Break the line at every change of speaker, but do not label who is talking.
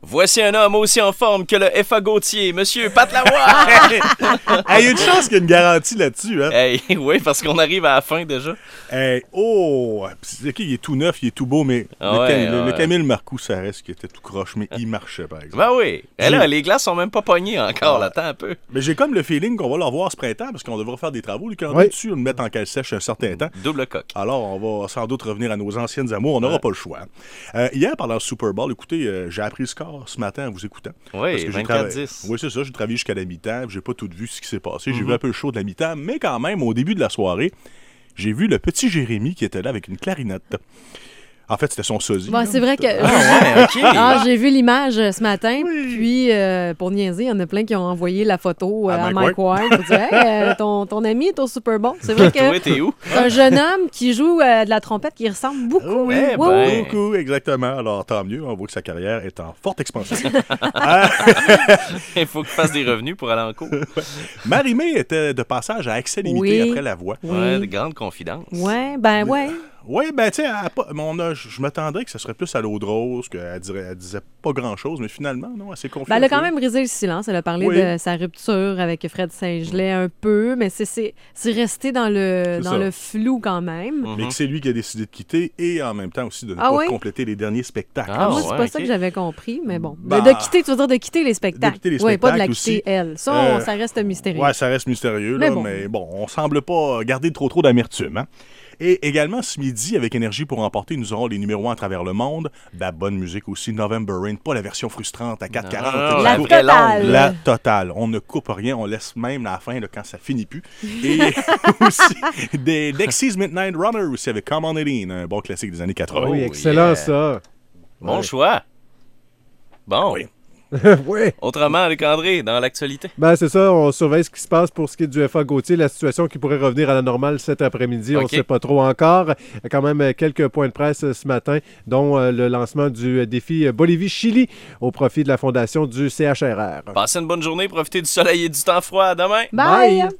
Voici un homme aussi en forme que le FA Gauthier, Monsieur Pat Lavoie!
Hey, Ah, y a une chance qu'il y a une garantie là-dessus. Hein?
hey, oui, parce qu'on arrive à la fin déjà.
Hey, oh! Puis, ok, il est tout neuf, il est tout beau, mais
Ah
le,
ouais,
Cam- le-
ah
le
ouais.
Camille Marcoux, ça reste qu'il était tout croche, mais il marchait, par exemple.
Ben oui. Et là, les glaces sont même pas pognées encore, là, attends un peu.
Mais j'ai comme le feeling qu'on va le revoir ce printemps, parce qu'on devra faire des travaux, lui, quand
Ouais.
dessus, le mettre en cale sèche un certain temps.
Double coque.
Alors, on va sans doute revenir à nos anciennes amours. On n'aura pas le choix. Euh, hier, pendant le Super Bowl, écoutez, euh, j'ai appris le score ce matin en vous écoutant.
Oui,
Parce que j'ai
24-10.
travaillé- Oui, c'est ça. J'ai travaillé jusqu'à la mi-temps. puis J'ai pas tout vu ce qui s'est passé.
Mm-hmm.
J'ai vu un peu le show de la mi-temps, mais quand même, au début de la soirée, j'ai vu le petit Jérémy qui était là avec une clarinette. En fait, c'était son sosie.
Bon,
là.
c'est vrai que.
Ouais, ok.
Ah, j'ai vu l'image euh, ce matin, puis euh, pour niaiser, il y en a plein qui ont envoyé la photo euh,
À
à,
Mike
Mike Ward pour dire Hey, euh, ton, ton ami est au Super Bowl. C'est vrai
Toi,
que
t'es où?
un jeune homme qui joue euh, de la trompette qui ressemble
Oh,
beaucoup.
Oui, eh
oui,
ben.
oui.
Ah Beaucoup, exactement. Alors, tant mieux. On voit que sa carrière est en forte expansion. Ah,
Il faut que je fasse des revenus pour aller en cours.
Marie-Mé était de passage à accès limité
Oui.
après la voix.
Ouais, de
Oui.
grande confidence.
Ouais, ben ouais.
Oui, ben, tu sais, elle a pas- mais on a- je m'attendais que ce serait plus à l'eau de rose, qu'elle dirait, elle disait pas grand-chose, mais finalement, non, elle s'est confiée
Ben,
un
elle a quand
peu.
même brisé le silence. Elle a parlé
Oui.
de sa rupture avec Fred Saint-Gelais un peu, mais c'est- c'est c'est resté dans le,
C'est
dans
ça.
le flou quand même.
Mhm.
Mais que c'est lui qui a décidé de quitter et en même temps aussi de ne
Ah
pas
oui?
compléter les derniers spectacles.
Ah
Moi,
ouais,
c'est pas ça
ok.
que j'avais compris, mais bon.
Bah,
de quitter, tu veux dire de quitter les spectacles.
de quitter les
oui, pas de la
spectacles
quitter,
aussi.
elle. Ça, on-
Euh,
ça reste mystérieux.
Ouais, ça reste mystérieux, là, mais,
Mais
bon.
bon.
on semble pas garder trop trop d'amertume. hein. Et également, ce midi, avec Énergie pour emporter, nous aurons les numéros 1 à travers le monde. Ben, bonne musique aussi, November Rain, pas la version frustrante à 4,40.
Non, non, non,
Écoute,
la
Ah, vraie
totale.
langue.
La totale. On ne coupe rien, on laisse même la fin là, quand ça finit plus. Et aussi des Dexys Midnight Runner aussi avec Come On It In, un bon classique des années 80.
oui,
Oh, yeah.
excellent ça.
Bon
Ouais.
choix. Bon.
Oui.
oui.
Autrement, avec André, dans l'actualité.
Ben, c'est ça, on surveille ce qui se passe pour ce qui est du FA Gauthier, la situation qui pourrait revenir à la normale cet après-midi, on ne
Ok.
sait pas trop encore. Il y a Quand même euh, quelques points de presse euh, ce matin, dont euh, le lancement du euh, défi euh, Bolivie-Chili au profit de la fondation du CHRR.
Passez une bonne journée, profitez du soleil et du temps froid. À demain.
Bye.
Bye.